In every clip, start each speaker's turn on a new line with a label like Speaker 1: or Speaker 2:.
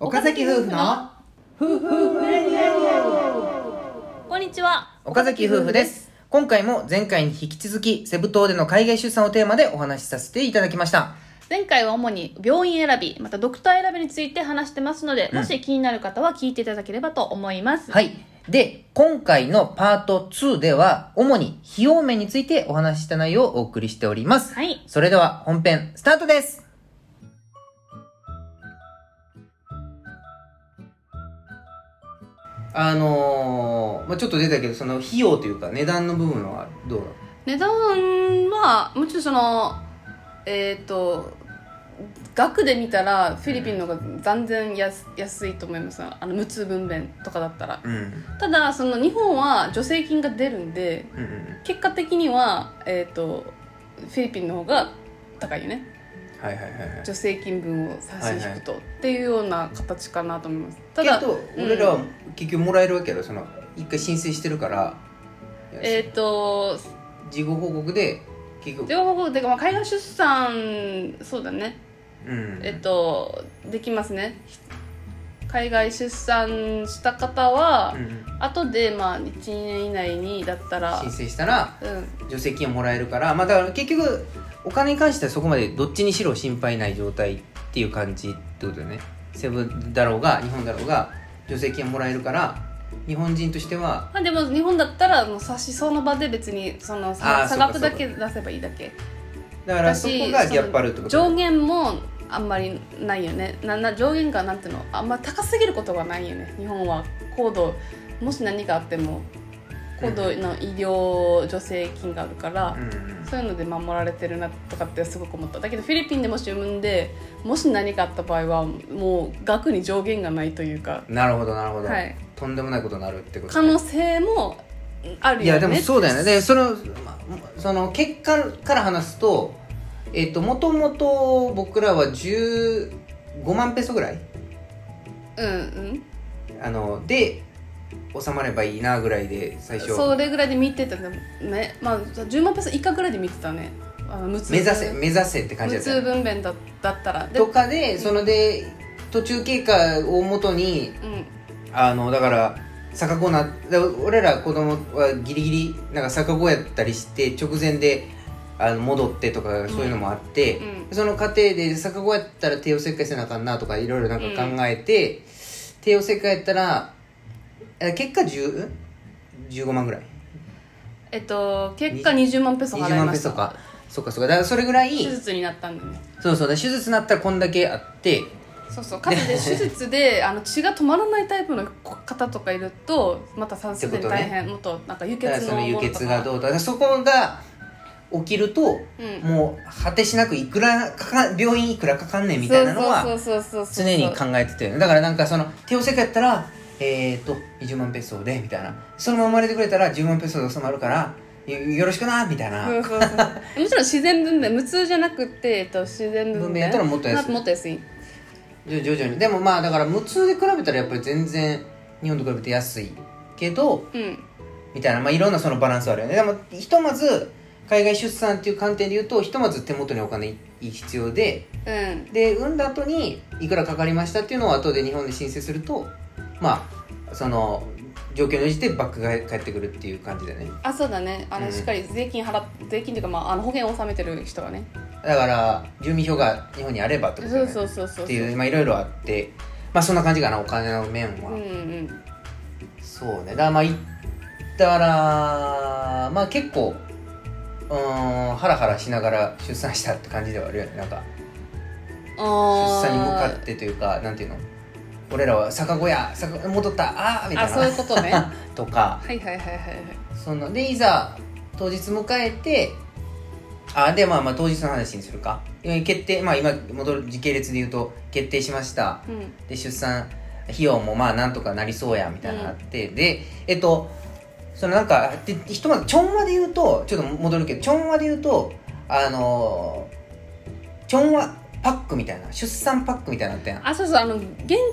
Speaker 1: 岡崎夫婦の
Speaker 2: こんにちは。
Speaker 1: 岡崎夫婦です今回も前回に引き続きセブ島での海外出産をテーマでお話しさせていただきました
Speaker 2: 前回は主に病院選び、またドクター選びについて話してますので、もし気になる方は聞いていただければと思います。
Speaker 1: はいで今回のパート2では主に費用面についてお話しした内容をお送りしております、
Speaker 2: はい
Speaker 1: それでは本編スタートですあのーまあ、ちょっと出たけどその費用というか値段の部分はどうなの
Speaker 2: 値段は、もちろんその、えっ、と、額で見たらフィリピンの方が断然安安いと思いますあの無痛分娩とかだったら
Speaker 1: うん
Speaker 2: ただその日本は助成金が出るんで
Speaker 1: うんうん
Speaker 2: 結果的には、えー、とフィリピンの方が高いよね
Speaker 1: はいはいはいはい
Speaker 2: 助成金分を差し引くと、っていうような形かなと思いますた
Speaker 1: け
Speaker 2: だ
Speaker 1: ど
Speaker 2: うん
Speaker 1: 俺らは結局もらえるわけやろその一回申請してるから、
Speaker 2: えっ、と
Speaker 1: 事後報告で結局
Speaker 2: 情報でか、まあ、海外出産そうだね
Speaker 1: うん
Speaker 2: えっ、とできますね海外出産した方は
Speaker 1: う、ん
Speaker 2: 後でまあ1年以内にだったら
Speaker 1: 申請したら
Speaker 2: うん
Speaker 1: 助成金をもらえるからまあだから結局お金に関してはそこまでどっちにしろ心配ない状態っていう感じってことだよねセブンだろうが日本だろうが助成金をもらえるから日本人としては
Speaker 2: まあ、でも日本だったらもう差しその場で別にその
Speaker 1: あー
Speaker 2: 差
Speaker 1: そ
Speaker 2: 差
Speaker 1: うか
Speaker 2: 額だけ出せばいいだけ
Speaker 1: だからそこがギャップあるってことだよ
Speaker 2: 上
Speaker 1: ね
Speaker 2: 限もあんまりないよねなな上限がなんていうのあんま高すぎることがないよね日本は高度もし何かあっても高度の医療助成金があるから、
Speaker 1: うん
Speaker 2: そういうので守られてるなとかってすごく思っただけどフィリピンでもし産んでもし何かあった場合はもう額に上限がないというか、
Speaker 1: なるほどなるほど、
Speaker 2: はい、
Speaker 1: とんでもないことになるってことだ
Speaker 2: 可
Speaker 1: ね
Speaker 2: 能性もある
Speaker 1: い
Speaker 2: よね
Speaker 1: やでもそうだよねでそのまその結果から話すとえっ、ともともと僕らは15万ペソぐらい
Speaker 2: うん
Speaker 1: あので収まればいいなぐらいで
Speaker 2: う
Speaker 1: 最
Speaker 2: ん
Speaker 1: 初
Speaker 2: それぐらいで見てたねまあ10万ペソ以下ぐらいで見てたねあの無痛
Speaker 1: 目指せ目指せって感じだ
Speaker 2: 無
Speaker 1: ったよ
Speaker 2: 痛
Speaker 1: ね
Speaker 2: 分娩だだったらで
Speaker 1: とかでそので途中経過をもとに
Speaker 2: うん
Speaker 1: あのだから逆子なだ俺ら子供はギリギリなんか逆子やったりして直前であの戻ってとかそういうのもあって、
Speaker 2: うん
Speaker 1: その過程で逆子やったら帝王切開せなあかんなとかいろいろなんか考えて、帝王切開やったらえ結果10ん15万ぐらい
Speaker 2: えっと結果20万ペソ払い
Speaker 1: 20
Speaker 2: ま
Speaker 1: 万ペ
Speaker 2: し
Speaker 1: ソ
Speaker 2: た
Speaker 1: かそっかそっかだからそれぐらい
Speaker 2: 手術になったんだね
Speaker 1: そうそうだ手術になったらこんだけあって
Speaker 2: そうそうかつて手術 であの血が止まらないタイプの方とかいるとまた酸素で大変、もっとなんか輸血
Speaker 1: だからそ
Speaker 2: の
Speaker 1: の輸
Speaker 2: ものと
Speaker 1: 血
Speaker 2: か
Speaker 1: がどうだからそこが起きると、
Speaker 2: うん
Speaker 1: もう果てしなくいくらかか病院いくらかかんねんみたいなの
Speaker 2: そう
Speaker 1: は
Speaker 2: そうそうそうそう
Speaker 1: 常に考えてたよねだからなんかその帝王切開やったらえっ、と20万ペソでみたいなそのまま生まれてくれたら10万ペソで収まるからよよろしくなみたいな、
Speaker 2: そうそうそうもちろん自然分娩無痛じゃなくて、えっと、自然分
Speaker 1: 分
Speaker 2: 娩
Speaker 1: 娩やったらもっと安い
Speaker 2: まあもっと安い
Speaker 1: 徐徐々にでもまあだから無痛で比べたらやっぱり全然日本と比べて安いけど
Speaker 2: うん
Speaker 1: みたいな、まあ、いろんなそのバランスはあるよねでもひとまず海外出産っていう観点で言うとひとまず手元にお金いい必要で
Speaker 2: うん
Speaker 1: で産んだ後にいくらかかりましたっていうのを後で日本で申請するとまあその状況に応じてバックが返ってくるっていう感じだね
Speaker 2: あそうだねあ
Speaker 1: う
Speaker 2: の
Speaker 1: ん
Speaker 2: しっかり税金払っ税金というか、まあ、あの保険を納めてる人はね
Speaker 1: だから住民票が日本にあればってことだ
Speaker 2: そ
Speaker 1: よ
Speaker 2: う
Speaker 1: ね
Speaker 2: そうそうそう
Speaker 1: っていう、まあ、いろいろあってまあそんな感じかなお金の面は、
Speaker 2: うんうん
Speaker 1: そうねだからまあいだからまあ結構うーんハラハラしながら出産したって感じではあるよねなんか出
Speaker 2: あー
Speaker 1: 産に向かってというかなんていうの俺らは逆子や逆戻ったああみたい
Speaker 2: あそう
Speaker 1: な
Speaker 2: いうこと ねは
Speaker 1: とか
Speaker 2: いはいはいはいはい
Speaker 1: そのでいざ当日迎えてあでまあまあ当日の話にするかえ決定まあ今戻る時系列で言うと決定しました
Speaker 2: うん
Speaker 1: で出産費用もまあなんとかなりそうやみたいなのがあって、でえっとそのなんかでひとまずちょんまで言うとちょっと戻るけどちょんまで言うとあのーちょんわパックみたいな出産パックみたいなのあったやん、
Speaker 2: あそうそうあの現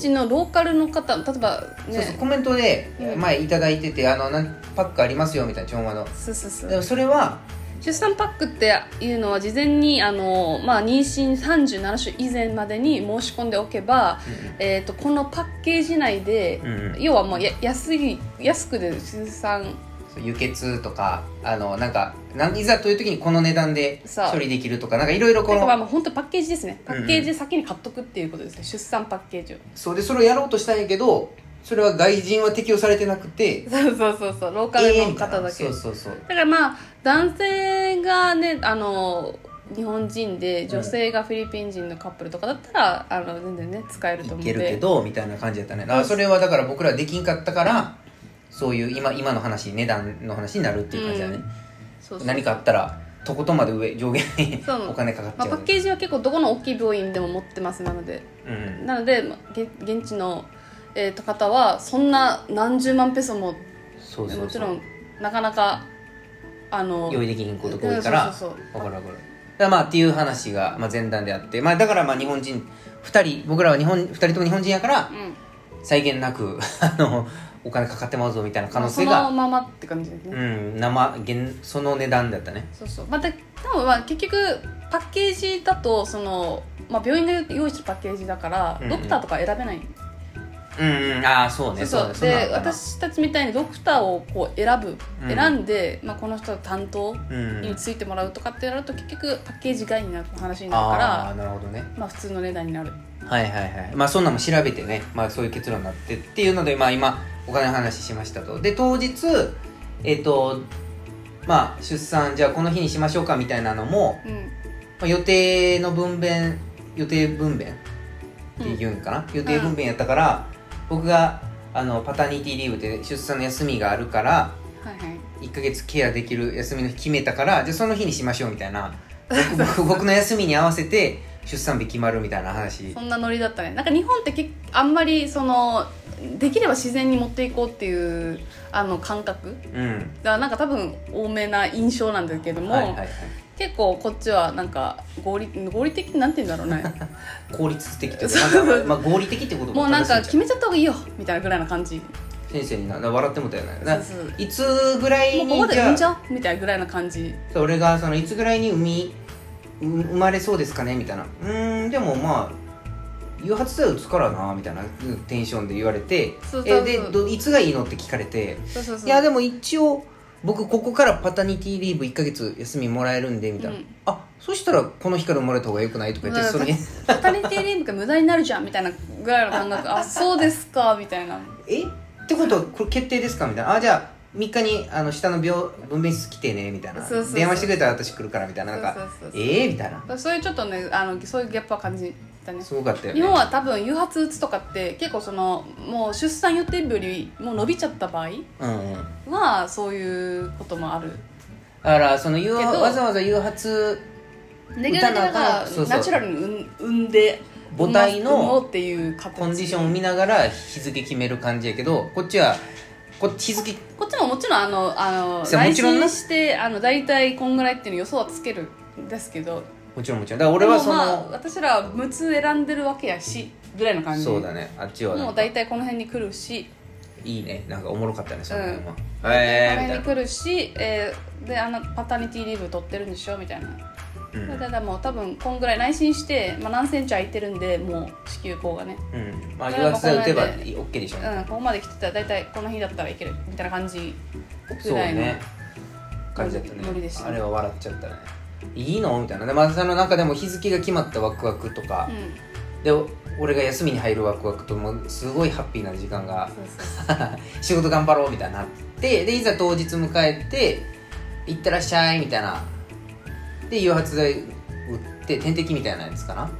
Speaker 2: 地のローカルの方例えばね
Speaker 1: そうそうコメントで
Speaker 2: うん
Speaker 1: 前いただいてて、あのなんパックありますよみたいなちょんまの
Speaker 2: そうそうそう
Speaker 1: でもそれは
Speaker 2: 出産パックっていうのは事前にあの、まあ、妊娠37週以前までに申し込んでおけば、えー、とこのパッケージ内で、
Speaker 1: うんうん
Speaker 2: 要はもうや安い安くで生産
Speaker 1: そう輸血とかあのなんかなんいざという時にこの値段で
Speaker 2: そう
Speaker 1: 処理できるとかなんかいろいろこ
Speaker 2: だから
Speaker 1: の
Speaker 2: まあ本当パッケージですねパッケージ先に買っとくっていうことですね、出産パッケージを
Speaker 1: そうでそれをやろうとしたんやけどそれは外人は適用されてなくて
Speaker 2: そうそうそうそうローカルの方だけ、
Speaker 1: そうそうそう
Speaker 2: だからまあ男性がねあの日本人で女性がフィリピン人のカップルとかだったら、あの全然ね使えると
Speaker 1: い
Speaker 2: 思
Speaker 1: うけ
Speaker 2: ん
Speaker 1: るけ
Speaker 2: で
Speaker 1: どみたいな感じだったねあそれはだから僕らできんかったからそういう今今の話値段の話になるっていう感じだね、
Speaker 2: うんそうそう
Speaker 1: 何かあったらとことんまで上上限に
Speaker 2: そう
Speaker 1: お金かかっち
Speaker 2: ま
Speaker 1: ゃ
Speaker 2: あ、
Speaker 1: う、
Speaker 2: パッケージは結構どこの大きい病院でも持ってますなので
Speaker 1: うん
Speaker 2: なので、まあ、げ現地の、えー、と方はそんな何十万ペソも
Speaker 1: そうそうそう
Speaker 2: もちろんなかなかあの
Speaker 1: 用意できひんことが多いから
Speaker 2: うんそうそう
Speaker 1: わかるわかるだからまあっていう話が、まあ、前段であって、まあ、だからまあ日本人2人僕らは日本2人とも日本人やから
Speaker 2: そう、うん
Speaker 1: 際限なく あのお金かかってまうぞみたいな可能性
Speaker 2: まあ
Speaker 1: が、
Speaker 2: そのままって感じですね、
Speaker 1: うん生現その値段だったね
Speaker 2: そうそうまた、で多分まあ結局パッケージだとその、まあ、病院で用意してるパッケージだから、
Speaker 1: うんうん
Speaker 2: ドクターとか選べない、
Speaker 1: うんうんああそうね
Speaker 2: そうそう
Speaker 1: そうね
Speaker 2: で私たちみたいにドクターをこう選ぶ、
Speaker 1: うん
Speaker 2: 選んで、まあ、この人の担当
Speaker 1: そんなんあったなう
Speaker 2: に
Speaker 1: ん
Speaker 2: ついてもらうとかってやると結局パッケージ外になる話になるか
Speaker 1: ああ
Speaker 2: ら
Speaker 1: なるほどね
Speaker 2: まあ、普通の値段になる
Speaker 1: はいはいはいまあそんなんも調べてね、まあ、そういう結論になってっていうのでまあ今お金の話しましたとで当日えっ、とまあ出産じゃあこの日にしましょうかみたいなのも、
Speaker 2: うん
Speaker 1: まあ、予定の分娩予定分娩って言うんかな、予定分娩やったから、僕があのパタニティリーブで出産の休みがあるから
Speaker 2: はいはい
Speaker 1: 1ヶ月ケアできる休みの日決めたからじゃあその日にしましょうみたいな僕僕僕の休みに合わせて出産日決まるみたいな話
Speaker 2: そんなノリだったねなんか日本ってけあんまりそのできれば自然に持っていこうっていうあの感覚
Speaker 1: うん
Speaker 2: がなんか多分多めな印象なんだけども、
Speaker 1: はいはいはい
Speaker 2: 結構こっちはなんか合理合理的なんて言 うんだろうね
Speaker 1: 効率的っていう
Speaker 2: そ
Speaker 1: か
Speaker 2: う
Speaker 1: なんか、まあ、合理的ってこと
Speaker 2: もうなんか決
Speaker 1: 正しい
Speaker 2: めちゃった方がいいよみたいなぐらいな感じ
Speaker 1: んちゃう先生になな笑ってもうたよねな
Speaker 2: そうそう
Speaker 1: いつぐらい
Speaker 2: も
Speaker 1: に
Speaker 2: うここで
Speaker 1: じゃ
Speaker 2: 産
Speaker 1: あ
Speaker 2: んじゃうみたいなぐらいな感じ
Speaker 1: そう俺がそのいつぐらいに産みうん生まれそうですかねみたいなうーんでもまあ誘発剤打つからなみたいなうんテンションで言われて
Speaker 2: そうそうそう
Speaker 1: えでどいつがいいのって聞かれて
Speaker 2: そうそうそう
Speaker 1: いやでも一応僕ここからパタニティリーブ1ヶ月休みもらえるんでみたいな、
Speaker 2: うん
Speaker 1: あそしたらこの日から生まれた方がよくないとか言って、
Speaker 2: うん
Speaker 1: それに
Speaker 2: パタニティリーブが無駄になるじゃんみたいなぐらいの感 覚あそうですかみたいな
Speaker 1: えってことはこれ決定ですかみたいなあじゃあ3日にあの下の病分娩室来てねみたいな
Speaker 2: そうそうそう
Speaker 1: 電話してくれたら私来るからみたいななんか
Speaker 2: そうそうそう
Speaker 1: ええみたいな
Speaker 2: そういうちょっとねあのそういうギャップは感じたね
Speaker 1: すごかったよね
Speaker 2: 日本は多分誘発打つとかって結構そのもう出産予定日よりもう伸びちゃった場合
Speaker 1: うんうん
Speaker 2: はそういうこともある
Speaker 1: だからその誘
Speaker 2: けど
Speaker 1: わざわざ誘発
Speaker 2: できるだけだから
Speaker 1: そうそう
Speaker 2: ナチュラルに産産んで
Speaker 1: 母体の
Speaker 2: 産もうっていう形
Speaker 1: コンディションを見ながら日付決める感じやけどこっちはこっち日付
Speaker 2: こっちももちろんあのあの
Speaker 1: そうも
Speaker 2: 来
Speaker 1: ちろんね
Speaker 2: 診してあの大体こんぐらいっていうの予想はつけるんですけど
Speaker 1: もちろんもちろんだから俺は
Speaker 2: で
Speaker 1: そ
Speaker 2: も
Speaker 1: の、
Speaker 2: まあ私らは6つ選んでるわけやしぐらいの感じ
Speaker 1: そうだねあっちはな
Speaker 2: も
Speaker 1: ん
Speaker 2: う
Speaker 1: か
Speaker 2: 大体この辺に来るし
Speaker 1: いいねなんかおもろかったねその辺は、
Speaker 2: こ
Speaker 1: え
Speaker 2: の
Speaker 1: ーみたい
Speaker 2: 辺に
Speaker 1: な
Speaker 2: 来るし、えーであのパタニティリーブ取ってるんでしょみたいな、
Speaker 1: うん
Speaker 2: だからもう多分こんぐらい内心して、まあ、何センチ空いてるんでもう子宮口がね、
Speaker 1: うんまあ
Speaker 2: こ
Speaker 1: 誘
Speaker 2: れは
Speaker 1: 発剤打てば
Speaker 2: ここまで
Speaker 1: OK でしょうね、
Speaker 2: うん、ここまで来てたら大体この日だったらいけるみたいな感じ
Speaker 1: そ
Speaker 2: ぐ
Speaker 1: う
Speaker 2: らいの、
Speaker 1: ね感じだったね
Speaker 2: ノリでした
Speaker 1: あれは笑っちゃったねいいのみたいなでまあその中でも日付が決まったワクワクとか
Speaker 2: う、ん
Speaker 1: で俺が休みに入るワクワクともうすごいハッピーな時間が
Speaker 2: そうそうそう
Speaker 1: 仕事頑張ろうみたいになってでいざ当日迎えて「行ってらっしゃい」みたいなで誘発剤打って点滴みたいなやつかな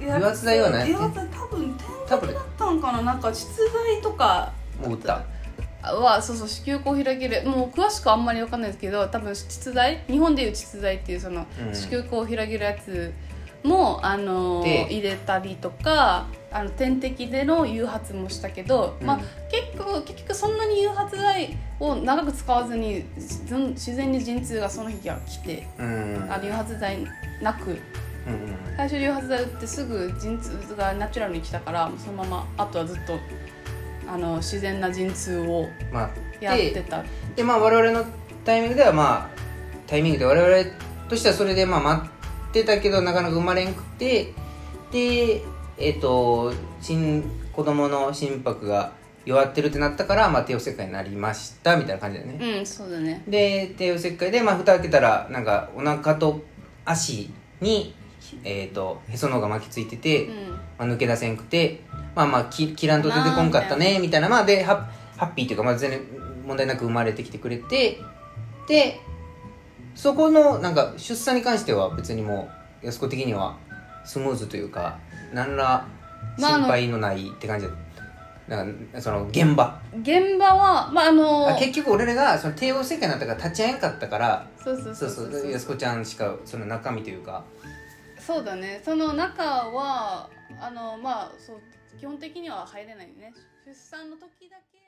Speaker 1: 誘発剤はない
Speaker 2: 誘発剤多分
Speaker 1: タブレッ
Speaker 2: だったんかななんか室外とか
Speaker 1: トもう打った
Speaker 2: はそうそう子宮口を開けるもう詳しくあんまり分かんないですけど多分膣剤日本でいう膣剤っていうその
Speaker 1: うん
Speaker 2: 子宮口を開けるやつも、あの
Speaker 1: で
Speaker 2: 入れたりとかあの点滴での誘発もしたけど、
Speaker 1: うん
Speaker 2: まあ、結構結局そんなに誘発剤を長く使わずに自然自然に陣痛がその日が来て
Speaker 1: うんうん
Speaker 2: あの誘発剤なく
Speaker 1: うん
Speaker 2: 最初誘発剤打ってすぐ陣痛がナチュラルに来たからもうそのままあとはずっとあの自然な陣痛を。
Speaker 1: まあ
Speaker 2: やって
Speaker 1: で
Speaker 2: た
Speaker 1: でまあ我々のタイミングではまあタイミングで我々としてはそれでまあ待ってたけどなかなか生まれんくてでえっ、と新子供の心拍が弱ってるってなったから、まあ、帝王切開になりましたみたいな感じだよね、
Speaker 2: うんそうだね
Speaker 1: で帝王切開で、まあ、蓋開けたらなんかお腹と足に、えー、とへその緒が巻きついてて、
Speaker 2: うん
Speaker 1: まあ、抜け出せんくてまあまあき切らんと出てこんかったねみたいなまあでハッハッピーというか、まあ、全然問題なく生まれてきてくれてでそこのなんか出産に関しては別にもう安子的にはスムーズというか何ら心
Speaker 2: まああの
Speaker 1: 配のないって感じだなんかその現場
Speaker 2: 現場はまああの
Speaker 1: あ結局俺らがその帝王切開になったから立ち会えんかったから
Speaker 2: そうそう
Speaker 1: そ
Speaker 2: そうう
Speaker 1: そ
Speaker 2: そううそう
Speaker 1: 安子ちゃんしかその中身というか
Speaker 2: そうだねその中はあのまあそう基本的には入れないね出産の時だけ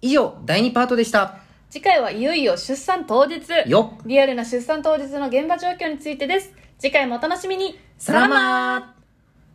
Speaker 1: 以上第2パートでした
Speaker 2: 次回はいよいよ出産当日
Speaker 1: よっ
Speaker 2: リアルな出産当日の現場状況についてです次回もお楽しみに
Speaker 1: さらまー